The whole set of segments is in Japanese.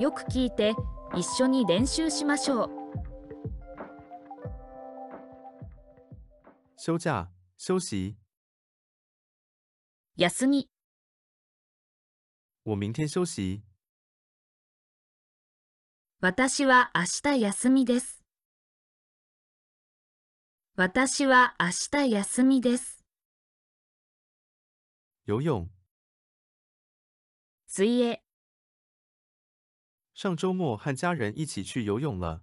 よく聞いて一緒に練習しましょう休假、休息。休み我明天休息。私は明日休みです私は明日休みです游泳。水泳上周末和家人一起去游泳了。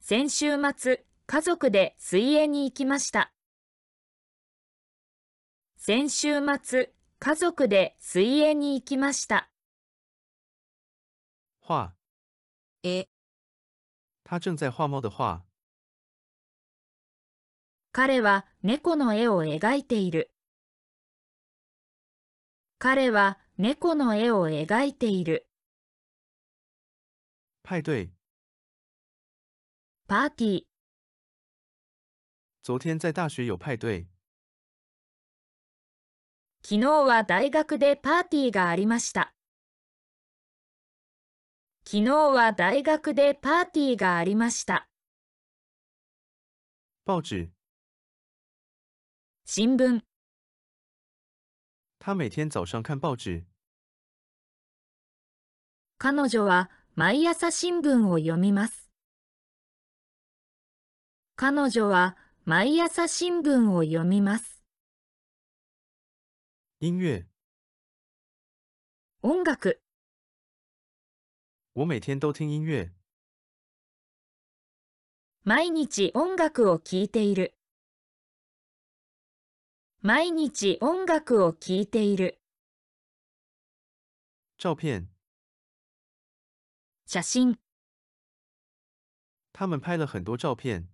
先週末、家族で水泳に行きました。先週末、家族で水泳に行きました。画，え、他正在画猫的画。彼は猫の絵を描いている。彼は猫の絵を描いている。派对。パーティー。昨天在大学有派对。昨日は大学でパーティーがありました。昨日は大学でパーティーがありました。报纸。新聞。他每天早上看报纸。彼女は毎朝新聞を読みます。彼女は毎朝新聞を読みます。音乐。音楽。我每天都听音乐。毎日音楽を聴いている。毎日音楽を聴いている。照片。写真。他们拍了很多照片。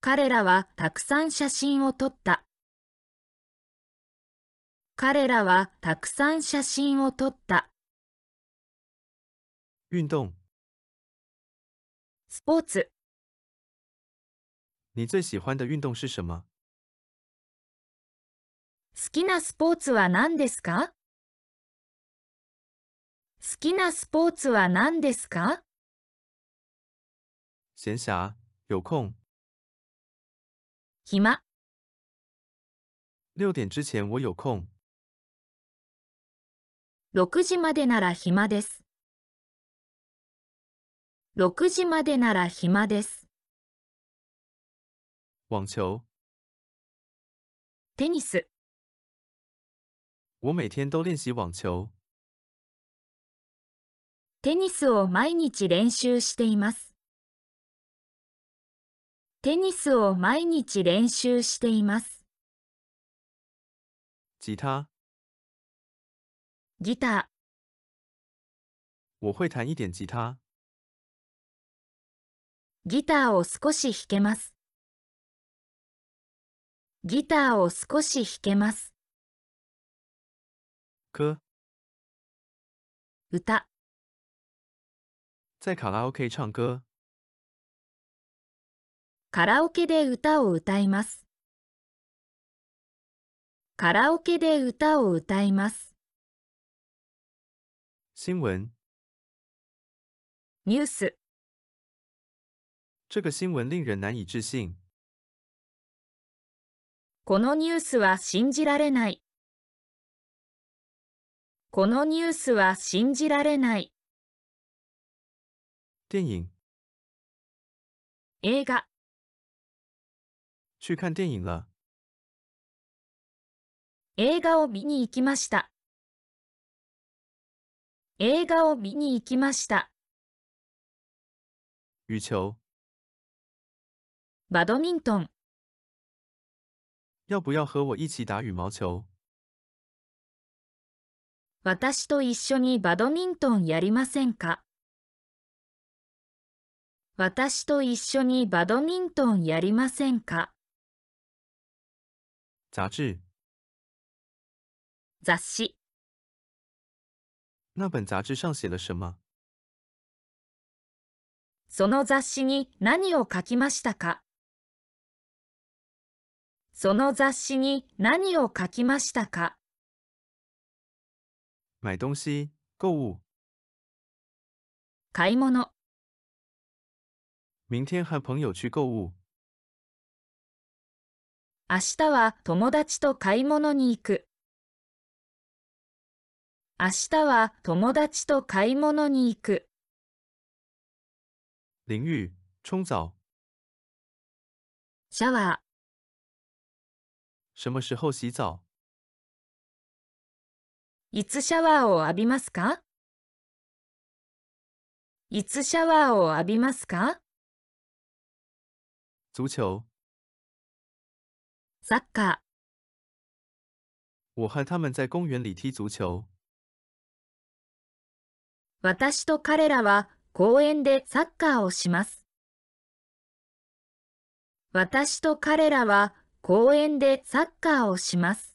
彼らはたくさん写真を撮った。彼らはたくさん写真を撮った。运动。スポーツ。你最喜欢的运动是什么？好きなスポーツは何ですか好きなスポーツは何ですか闲暇，有空。暇。六点之前我有空。 6時までなら暇です。6時までなら暇です。网球。テニス。我每天都练习网球。テニスを毎日練習しています。テニスを毎日練習しています。吉他。ギタ我会弹一点吉ー。他。ギターを少し弾けます。ギターを少し弾けます。歌。歌。在卡拉 OK 唱歌。カラオケで歌を歌います。カラオケで歌を歌います。新闻。ニュース。这个新闻令人难以置信。このニュースは信じられない。このニュースは信じられない。电影。映画。去看电影了。映画を見に行きました。映画を見に行きました。羽球。バドミントン。要不要和我一起打羽毛球？私と一緒にバドミントンやりませんか私と一緒にバドミントンやりませんか杂志。雑誌。那本杂志上写了什么？その雑誌に何を書きましたかその雑誌に何を書きましたか买东西、购物。買い物、明天和朋友去购物。明日は友達と買い物に行く。明日は友達と買い物に行く。淋浴、冲澡。シャワー、什么时候洗澡？いつシャワーを浴びますかいつシャワーを浴びますか足球。サッカー、我和他们在公园里踢足球。私と彼らは公園でサッカーをします。私と彼らは公園でサッカーをします。